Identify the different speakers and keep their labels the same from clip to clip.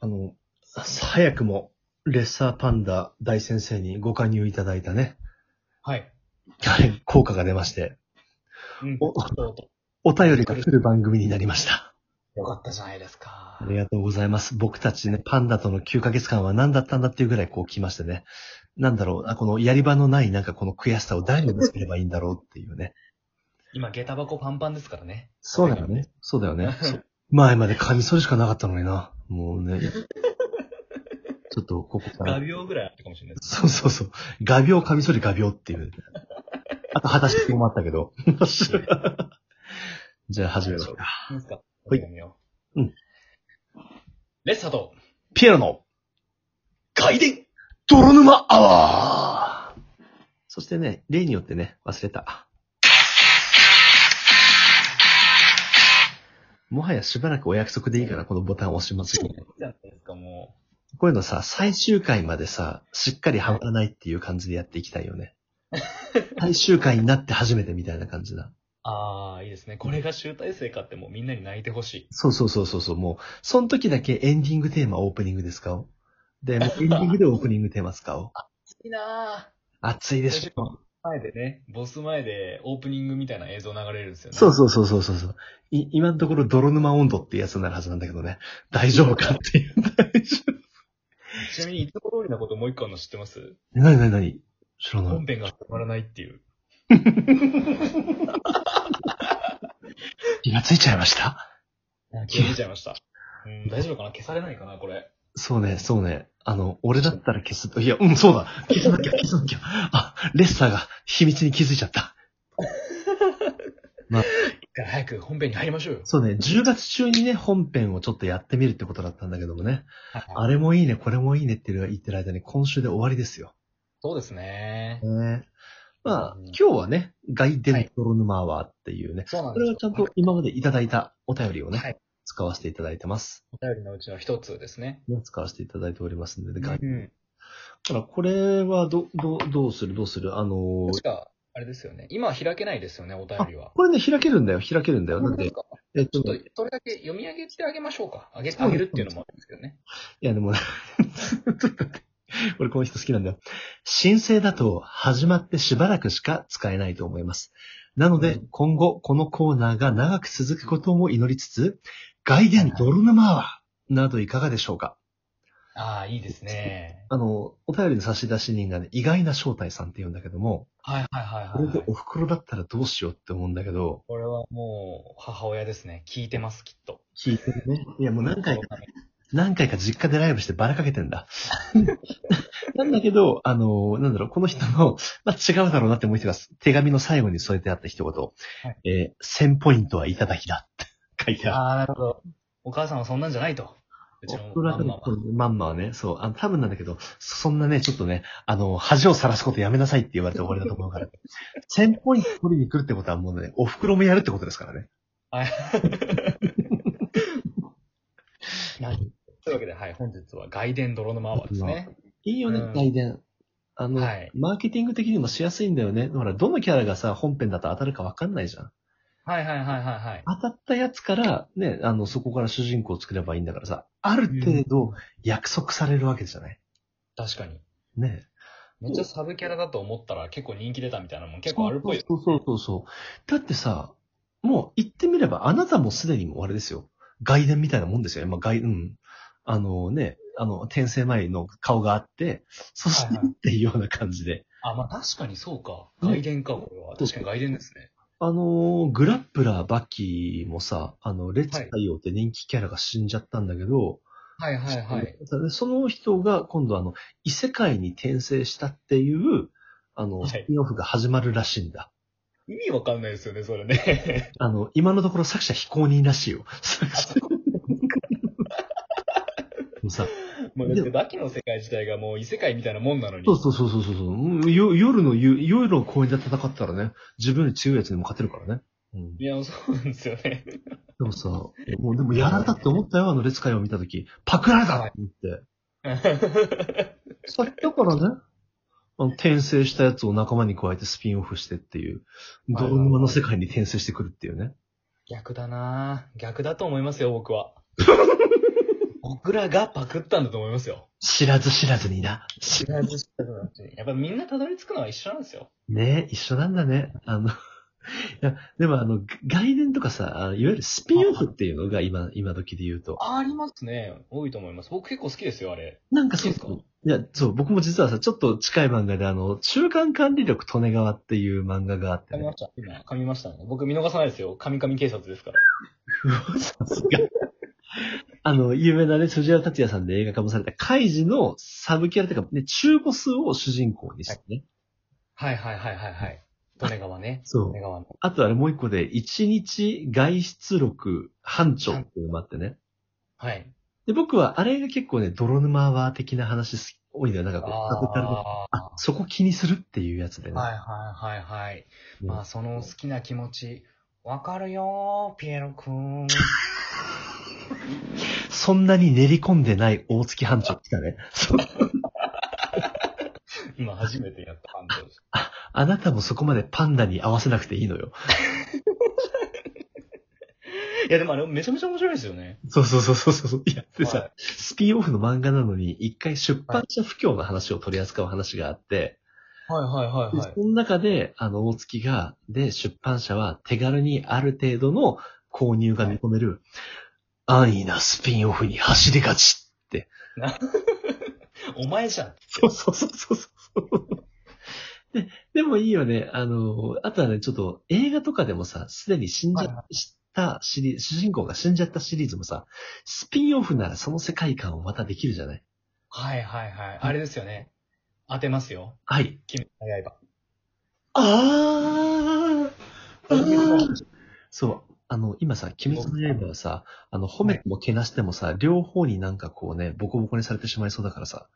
Speaker 1: あの、早くも、レッサーパンダ大先生にご加入いただいたね、
Speaker 2: はい。
Speaker 1: あれ効果が出まして、
Speaker 2: うん。
Speaker 1: お
Speaker 2: そうと
Speaker 1: お便りが来る番組になりました。
Speaker 2: よかったじゃないですか
Speaker 1: あ。りがとうございます。僕たちね、パンダとの9ヶ月間は何だったんだっていうぐらいこう来ましてね。なんだろう、あこのやり場のないなんかこの悔しさを誰にぶつければいいんだろうっていうね。
Speaker 2: 今、下駄箱パンパンですからね。
Speaker 1: そうだよね。そうだよね。そう前までカミソリしかなかったのにな。もう ね。ちょっと、ここから
Speaker 2: 画。鋲ぐらいあったかもしれないです。
Speaker 1: そうそうそう。画鋲、カミソリ、画鋲っていう。あと、裸足もあったけど。 じゃあ、始めましょうか。
Speaker 2: いいですか
Speaker 1: は
Speaker 2: はいい。よ
Speaker 1: う
Speaker 2: うんん。レッサーと、
Speaker 1: ピエロの、
Speaker 2: 外伝
Speaker 1: 泥沼アワーそしてね、例によってね、忘れた。もはやしばらくお約束でいいから、このボタンを押しますけど。
Speaker 2: じゃないですか、も
Speaker 1: こういうのさ、最終回までさ、しっかりハマらないっていう感じでやっていきたいよ ね。最終回になって初めてみたいな感じだ。
Speaker 2: う。ああ、いいですね。これが集大成かってもうみんなに泣いてほしい。
Speaker 1: そうそうそうそうそう、もう、その時だけエンディングテーマ、オープニングで使おう。で、もうエンディングでオープニングテーマ使おう。
Speaker 2: いいな
Speaker 1: 熱いでしょ。
Speaker 2: 前でね、ボス前でオープニングみたいな映像流れるんですよね。
Speaker 1: そうそうそうそうそうそう。い、今のところ泥沼温度ってやつになるはずなんだけどね。大丈夫かっていう。 大丈夫。
Speaker 2: ちなみに、いつも通りなこともう一個あるの知ってます
Speaker 1: なになになに知らない
Speaker 2: 本。編が始まらないっていう。
Speaker 1: 気がついちゃいました。
Speaker 2: 消えちゃいました。うん、大丈夫かな消されないかなこれ。
Speaker 1: そうね、そうね。あの、俺だったら消すと、いや、うん、そうだ。消さなきゃ、消さなきゃ。あ、レッサーが秘密に気づいちゃった。
Speaker 2: 一回早く本編に入りましょうよ。
Speaker 1: そうね、10月中にね、本編をちょっとやってみるってことだったんだけどもね。あ
Speaker 2: はい
Speaker 1: れもいいね、これもいいねって言ってる間に今週で終わりですよ。
Speaker 2: そうですね。
Speaker 1: ねまあ
Speaker 2: うん、
Speaker 1: 今日はね、外伝泥沼アワーっていうね、
Speaker 2: そうなん
Speaker 1: これ
Speaker 2: ですよ
Speaker 1: はちゃんと今までいただいたお便りをね、
Speaker 2: はい。
Speaker 1: 使わせていただいてます。
Speaker 2: お便りのうちの一つですね。
Speaker 1: ね使わせていただいておりますので、
Speaker 2: う
Speaker 1: 外伝。
Speaker 2: ん。
Speaker 1: だからこれはど、ど、どうするどうするあのー
Speaker 2: 確か、あれですよね。今は開けないですよね、お便りは。
Speaker 1: これね、開けるんだよ、開けるんだよ。なん
Speaker 2: 本当で
Speaker 1: で、
Speaker 2: すか
Speaker 1: えっ
Speaker 2: ちょ
Speaker 1: と
Speaker 2: っ、と、それだけ読み上げてあげましょうか。あげ、あげるっていうのもあるんですけどね。
Speaker 1: いやでも、ち ょっと待って俺この人好きなんだよ。申請だと始まってしばらくしか使えないと思います。なので、今後このコーナーが長く続くことも祈りつつ、外伝泥沼はなどいかがでしょうか
Speaker 2: ああ、いいですね。
Speaker 1: あの、お便りの差出人がね、意外な正体さんって言うんだけども、
Speaker 2: はいはいはい
Speaker 1: こ
Speaker 2: はい
Speaker 1: れ
Speaker 2: はい、
Speaker 1: でお袋だったらどうしようって思うんだけど、
Speaker 2: これはもう、母親ですね。聞いてます、きっと。
Speaker 1: 聞いてるね。いやもう何回か
Speaker 2: か。
Speaker 1: 何回か実家でライブしてばらかけてんだ。 なんだけど、あの、なんだろう、この人の、まあ、違うだろうなって思い人が、手紙の最後に添えてあった一言、
Speaker 2: は
Speaker 1: えー1000ポイントはいただきだって 書いてある。
Speaker 2: ああ、なるほど。お母さんはそんなんじゃないと。うちの
Speaker 1: 僕ら
Speaker 2: マ
Speaker 1: と
Speaker 2: マは。
Speaker 1: マンマはね、そう、あの、多分なんだけど、そそんなね、ちょっとね、あの、恥をさらすことやめなさいって言われて終わりだと思うから、1000ポイント取りに来るってことはもうね、お袋もやるってことですからね。
Speaker 2: はい。 はいというわけで、はい、本日は外伝泥沼アワーですね。
Speaker 1: いいよね
Speaker 2: う、ん
Speaker 1: 外伝。あの、
Speaker 2: はい
Speaker 1: マーケティング的にもしやすいんだよね。ほら、どのキャラがさ、本編だと当たるかわかんないじゃん。
Speaker 2: はいはいはいはいはい。
Speaker 1: 当たったやつから、ね、あの、そこから主人公を作ればいいんだからさ、ある程度約束されるわけじゃない。
Speaker 2: 確かに。
Speaker 1: ね。
Speaker 2: めっちゃサブキャラだと思ったら結構人気出たみたいなのも結構あるっぽい。
Speaker 1: そうそうそうそう。だってさ、もう言ってみれば、あなたもすでにもうあれですよ。外伝みたいなもんですよね。まあ、外、うん。あのね、あの、転生前の顔があって、そして
Speaker 2: はいはい
Speaker 1: っていうような感じで。
Speaker 2: あ、まあ確かにそうか。
Speaker 1: うん
Speaker 2: 外伝か、これは。確かに外伝ですね。
Speaker 1: あのーグラップラーバキもさ、あの、レッツ太陽って人気キャラが死んじゃったんだけど、
Speaker 2: はいはいはい。
Speaker 1: その人が今度あの、異世界に転生したっていう、あの、
Speaker 2: はい
Speaker 1: スピンオフが始まるらしいんだ。
Speaker 2: 意味わかんないですよね、それ ね。
Speaker 1: あの、今のところ作者非公認らしいよ。 作者でもさ、
Speaker 2: もうだって、バキの世界自体がもう異世界みたいなもんなのに。
Speaker 1: そうそうそうそうそうそううんよ夜の夕、夜の公園で戦ったらね、自分より強いやつにも勝てるからね。うん、で
Speaker 2: いや、そうなんですよ ね。
Speaker 1: もさ、もうでもやられたって思ったよ、あの列会を見たとき。パクられたって言って。さっきだからね、あの、転生したやつを仲間に加えてスピンオフしてっていう、
Speaker 2: はい
Speaker 1: 泥沼の世界に転生してくるっていうね。
Speaker 2: 逆だなぁ逆だと思いますよ、僕は。僕らがパクったんだと思いますよ。
Speaker 1: 知らず知らずにな。
Speaker 2: 知らず知らずなんてやっぱみんなたどり着くのは一緒なんですよ。
Speaker 1: ねえ、一緒なんだね。あの、いや、でもあの、外伝とかさ、あのいわゆるスピンオフっていうのが今、今時で言うと。
Speaker 2: ありますね。多いと思います。僕結構好きですよ、あれ。
Speaker 1: なんかそう
Speaker 2: いいです
Speaker 1: いや、そう、僕も実はさ、ちょっと近い漫画であの、中間管理力利根川っていう漫画があって
Speaker 2: 噛み
Speaker 1: ね
Speaker 2: ま。した。今、噛みましたね。僕見逃さないですよ。噛み噛み警察ですから。
Speaker 1: さすが あの、有名なね、辻谷達也さんで映画化もされた、カイジのサブキャラというか、ね、中ボスを主人公にしてね。
Speaker 2: はいはいはいはいはい。利根川ね。
Speaker 1: そ
Speaker 2: 利
Speaker 1: う
Speaker 2: 根。川の。
Speaker 1: あとあれもう一個で、一日外出録班長っていうのもあってね。
Speaker 2: はい。
Speaker 1: で、僕はあれが結構ね、泥沼は的な話好き多いんだよ。なんかこう、サブカルの
Speaker 2: あ
Speaker 1: あ、そこ気にするっていうやつでね。
Speaker 2: ー。はいはいはいはい。
Speaker 1: うん
Speaker 2: まあ、その好きな気持ち、わかるよー、ピエロくん。
Speaker 1: そんなに練り込んでない大月班長来たね。そう
Speaker 2: 今初めてやった感動です。
Speaker 1: あなたもそこまでパンダに合わせなくていいのよ。
Speaker 2: いや、でもあれめちゃめちゃ面白いですよね。
Speaker 1: そうそうそうそうそう。いや、でさ、
Speaker 2: はい
Speaker 1: スピンオフの漫画なのに、一回出版社不況の話を取り扱う話があって、
Speaker 2: はいはいはい
Speaker 1: で
Speaker 2: はい。
Speaker 1: その中で、あの、大月が、で、出版社は手軽にある程度の購入が見込める、安易なスピンオフに走りがちって
Speaker 2: お前じゃん。
Speaker 1: そうそうそうそうそう。で、でもいいよね。あの、あとはね、ちょっと映画とかでもさ、すでに死んじゃ
Speaker 2: はいは
Speaker 1: ったシリーズ、主人公が死んじゃったシリーズもさ、スピンオフならその世界観をまたできるじゃない
Speaker 2: はいはいはい。あれですよね。当てますよ。
Speaker 1: はい。
Speaker 2: 君の刃。
Speaker 1: あーあーそう。あの、今さ、鬼滅の刃はさ、あの、褒めてもけなしてもさ、両方になんかこうね、ボコボコにされてしまいそうだからさ、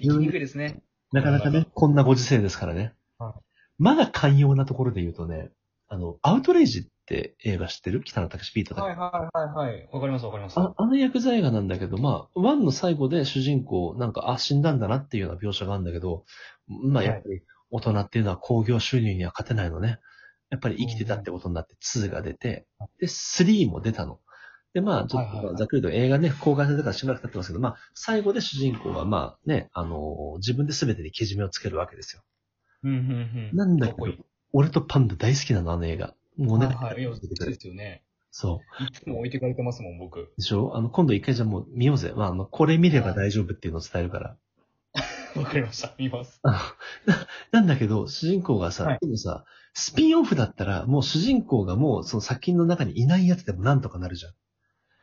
Speaker 2: 行きにくいですね。
Speaker 1: なかなかね、こんなご時世ですからね
Speaker 2: はい。
Speaker 1: まだ寛容なところで言うとね、あの、アウトレイジって映画知ってる北野武ピート
Speaker 2: はい
Speaker 1: が。
Speaker 2: はいはいはい。わかりますわかります。
Speaker 1: ああの薬剤映画なんだけど、まあ、ワンの最後で主人公、なんか、あ、死んだんだなっていうような描写があるんだけど、まあ、
Speaker 2: はい
Speaker 1: やっぱり、大人っていうのは興行収入には勝てないのね。やっぱり生きてたってことになって2が出て、で、3も出たの。で、まあ、ちょ
Speaker 2: はい
Speaker 1: っ
Speaker 2: はいは
Speaker 1: と、
Speaker 2: い
Speaker 1: ざっくりと映画ね、公開されてからしばらく経ってますけど、まあ、最後で主人公は、まあね、あのー自分で全てにけじめをつけるわけですよ。
Speaker 2: うんうんうん。
Speaker 1: なんだけ
Speaker 2: かっ
Speaker 1: ど
Speaker 2: こいい。
Speaker 1: 俺とパンダ大好きなの、あの映画。もうね。
Speaker 2: はいはい。いや、そうですよね。
Speaker 1: そ
Speaker 2: いつも置いてかれてますもん、僕
Speaker 1: う。。でしょあの、今度一回じゃあもう見ようぜ。まあ、あの、これ見れば大丈夫っていうのを伝えるから。
Speaker 2: わかりました。見ます。
Speaker 1: あのななんだけど、主人公がさ、
Speaker 2: はい
Speaker 1: でもさ、スピンオフだったら、もう主人公がもうその作品の中にいないやつでもなんとかなるじゃん。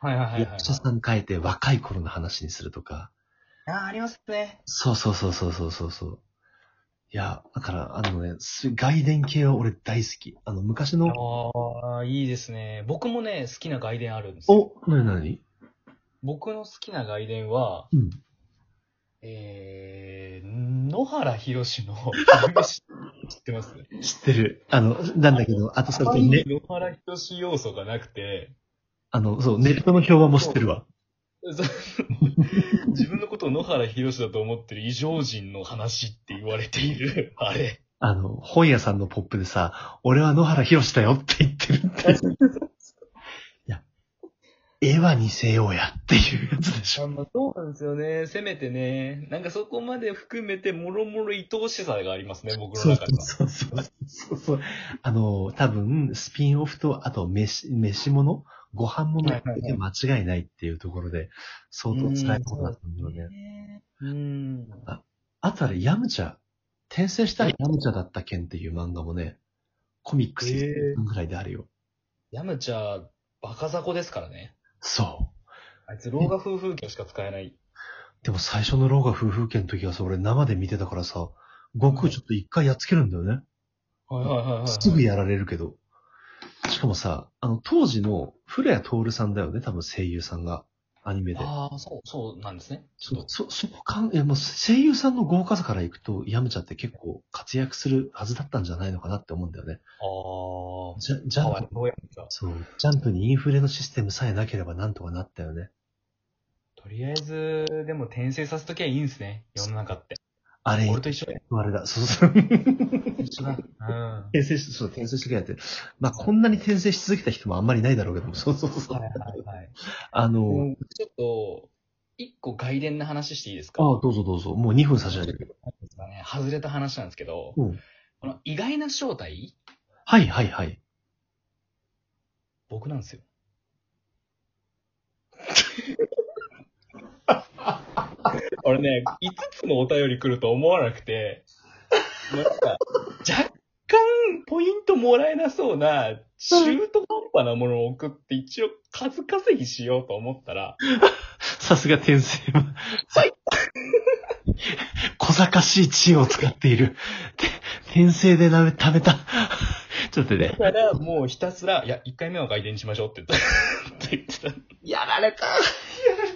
Speaker 2: はいはいはいはい。
Speaker 1: 役者さん変えて若い頃の話にするとか。
Speaker 2: あー、ありますね。
Speaker 1: そうそうそうそうそうそうそう。いや、だから、あのね、す外伝系は俺大好き。あの、昔の、
Speaker 2: ああ、いいですね。僕もね、好きな外伝あるんですよ。
Speaker 1: お、なになに
Speaker 2: 僕の好きな外伝は、
Speaker 1: うん。
Speaker 2: えー、野原宏 の、知ってます
Speaker 1: 知ってる。あの、なんだけど、あと
Speaker 2: あ
Speaker 1: さ、
Speaker 2: ま
Speaker 1: ね
Speaker 2: り、野原宏要素がなくて、
Speaker 1: あの、そう、ネットの評判も知ってるわ。
Speaker 2: そう 自分のことを野原宏だと思ってる異常人の話って言われている、 あれ。
Speaker 1: あの、本屋さんのポップでさ、俺は野原博だよって言ってるって。い や、絵は似せようやっていうやつでしょ。
Speaker 2: まあ、そうなんですよね。せめてね、なんかそこまで含めて、もろもろ愛おしさがありますね、僕
Speaker 1: そ
Speaker 2: の
Speaker 1: う
Speaker 2: 中では。
Speaker 1: そうそうそうそう。あの、多分、スピンオフと、あと、飯、飯物ご飯物だけ間違いないっていうところで、相当辛いことだったんだよね。
Speaker 2: ねうん。
Speaker 1: あとあれ、ヤムチャ。転生したらヤムチャだった剣っていう漫画もね、コミックス1巻ぐらいであるよ。
Speaker 2: ヤムチャ、バカ雑魚ですからね。
Speaker 1: そ
Speaker 2: あいつ、老画風風景しか使えない。
Speaker 1: う。でも最初の老が夫婦剣の時はさ、俺生で見てたからさ、悟空ちょっと一回やっつけるんだよね。
Speaker 2: はいはいはいはい。
Speaker 1: すぐやられるけど。しかもさ、あの、当時の古谷徹さんだよね、多分声優さんが、アニメで。
Speaker 2: ああ、そう、そうなんですね。ちょ
Speaker 1: そ
Speaker 2: っ、と。
Speaker 1: そ、そこかん、いやもう声優さんの豪華さからいくと、ヤムチャって結構活躍するはずだったんじゃないのかなって思うんだよね。
Speaker 2: あ
Speaker 1: じゃ、じ
Speaker 2: あ。
Speaker 1: ゃ
Speaker 2: か
Speaker 1: あ
Speaker 2: わいそうやんか
Speaker 1: そう。ジャンプにインフレのシステムさえなければなんとかなったよね。
Speaker 2: とりあえず、でも転生させときゃいいんですね。世の中って。
Speaker 1: あれ、
Speaker 2: 俺と一緒だ。
Speaker 1: あれだ。そうそう。
Speaker 2: 一緒だ。うん。
Speaker 1: 転生し、そう、転生してくれやって。まあ、こんなに転生し続けた人もあんまりいないだろうけども、そうそうそう。
Speaker 2: はいはいはい。
Speaker 1: あの、
Speaker 2: もうちょっと、一個外伝な話していいですか
Speaker 1: ああ、どうぞどうぞ。もう2分差し上げる。
Speaker 2: ね外れた話なんですけど、
Speaker 1: うん。
Speaker 2: この意外な正体
Speaker 1: はいはいはい。
Speaker 2: 僕なんですよ。俺ね、5つのお便り来ると思わなくて、なんか、若干ポイントもらえなそうな、中途半端なものを送って一応数稼ぎしようと思ったら、
Speaker 1: さすが転生は。はい。小賢しい知恵を使っている。て転生でなめ、食べた。ちょっと待ってね。
Speaker 2: だからもうひたすら、いや、1回目は外伝にしましょうって言った。って言ってた。
Speaker 1: やられた。やられた。や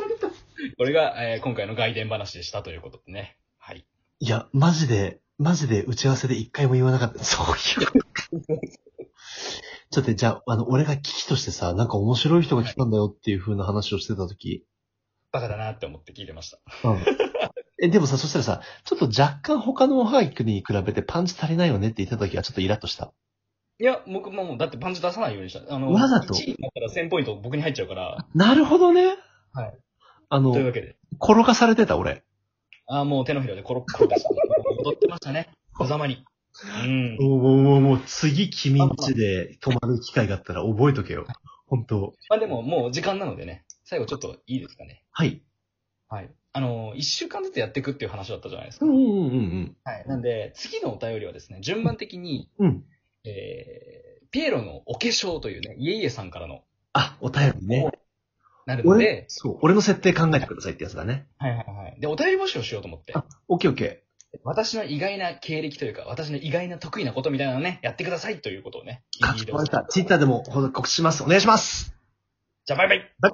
Speaker 1: られた。
Speaker 2: これが、えー今回の外伝話でしたということでね。はい。
Speaker 1: いや、マジで、マジで打ち合わせで一回も言わなかった。そういう。ちょっとねじゃあ、あの、俺が危機としてさ、なんか面白い人が来たんだよっていう風な話をしてた時。
Speaker 2: バカだなって思って聞いてました。
Speaker 1: うん。え、でもさ、そしたらさ、ちょっと若干他のおはがきに比べてパンチ足りないよねって言った時はちょっとイラッとした。
Speaker 2: いや、僕もう、だってパンチ出さないようにした。あの、
Speaker 1: わざと
Speaker 2: 1位になったら1000ポイント僕に入っちゃうから、
Speaker 1: なるほどね。
Speaker 2: はい。
Speaker 1: あの
Speaker 2: とい、うわけで。
Speaker 1: 転がされてた俺。
Speaker 2: ああ、もう手のひらでコロッコロ出した。踊ってまし たね。小ざまに。うん。
Speaker 1: もう、もう、もう、次君んちで泊まる機会があったら覚えとけよ。本当
Speaker 2: まあでも、もう時間なのでね、最後ちょっといいですかね。
Speaker 1: はい。
Speaker 2: はい。あのー、1週間ずつやっていくっていう話だったじゃないですか。
Speaker 1: うんう
Speaker 2: は
Speaker 1: んうん
Speaker 2: い。なんで、次のお便りはですね、順番的に、
Speaker 1: うん。うん。
Speaker 2: えー、ピエロのお化粧というね、いえいえさんからの、
Speaker 1: あ、お便りね。
Speaker 2: なるの
Speaker 1: 俺
Speaker 2: で、、
Speaker 1: そう。俺の設定考えてくださいってやつだね。
Speaker 2: はいはいはい。で、お便り募集をしようと思って、
Speaker 1: あ、オッケーオッケ
Speaker 2: 私の意外な経歴というか、私の意外な得意なことみたいなのね、やってくださいということをね、
Speaker 1: ー。か
Speaker 2: 聞い
Speaker 1: してこ
Speaker 2: ま
Speaker 1: まり
Speaker 2: す
Speaker 1: ました。ツイッターでも報告します。お願いします。
Speaker 2: じゃあバイバイ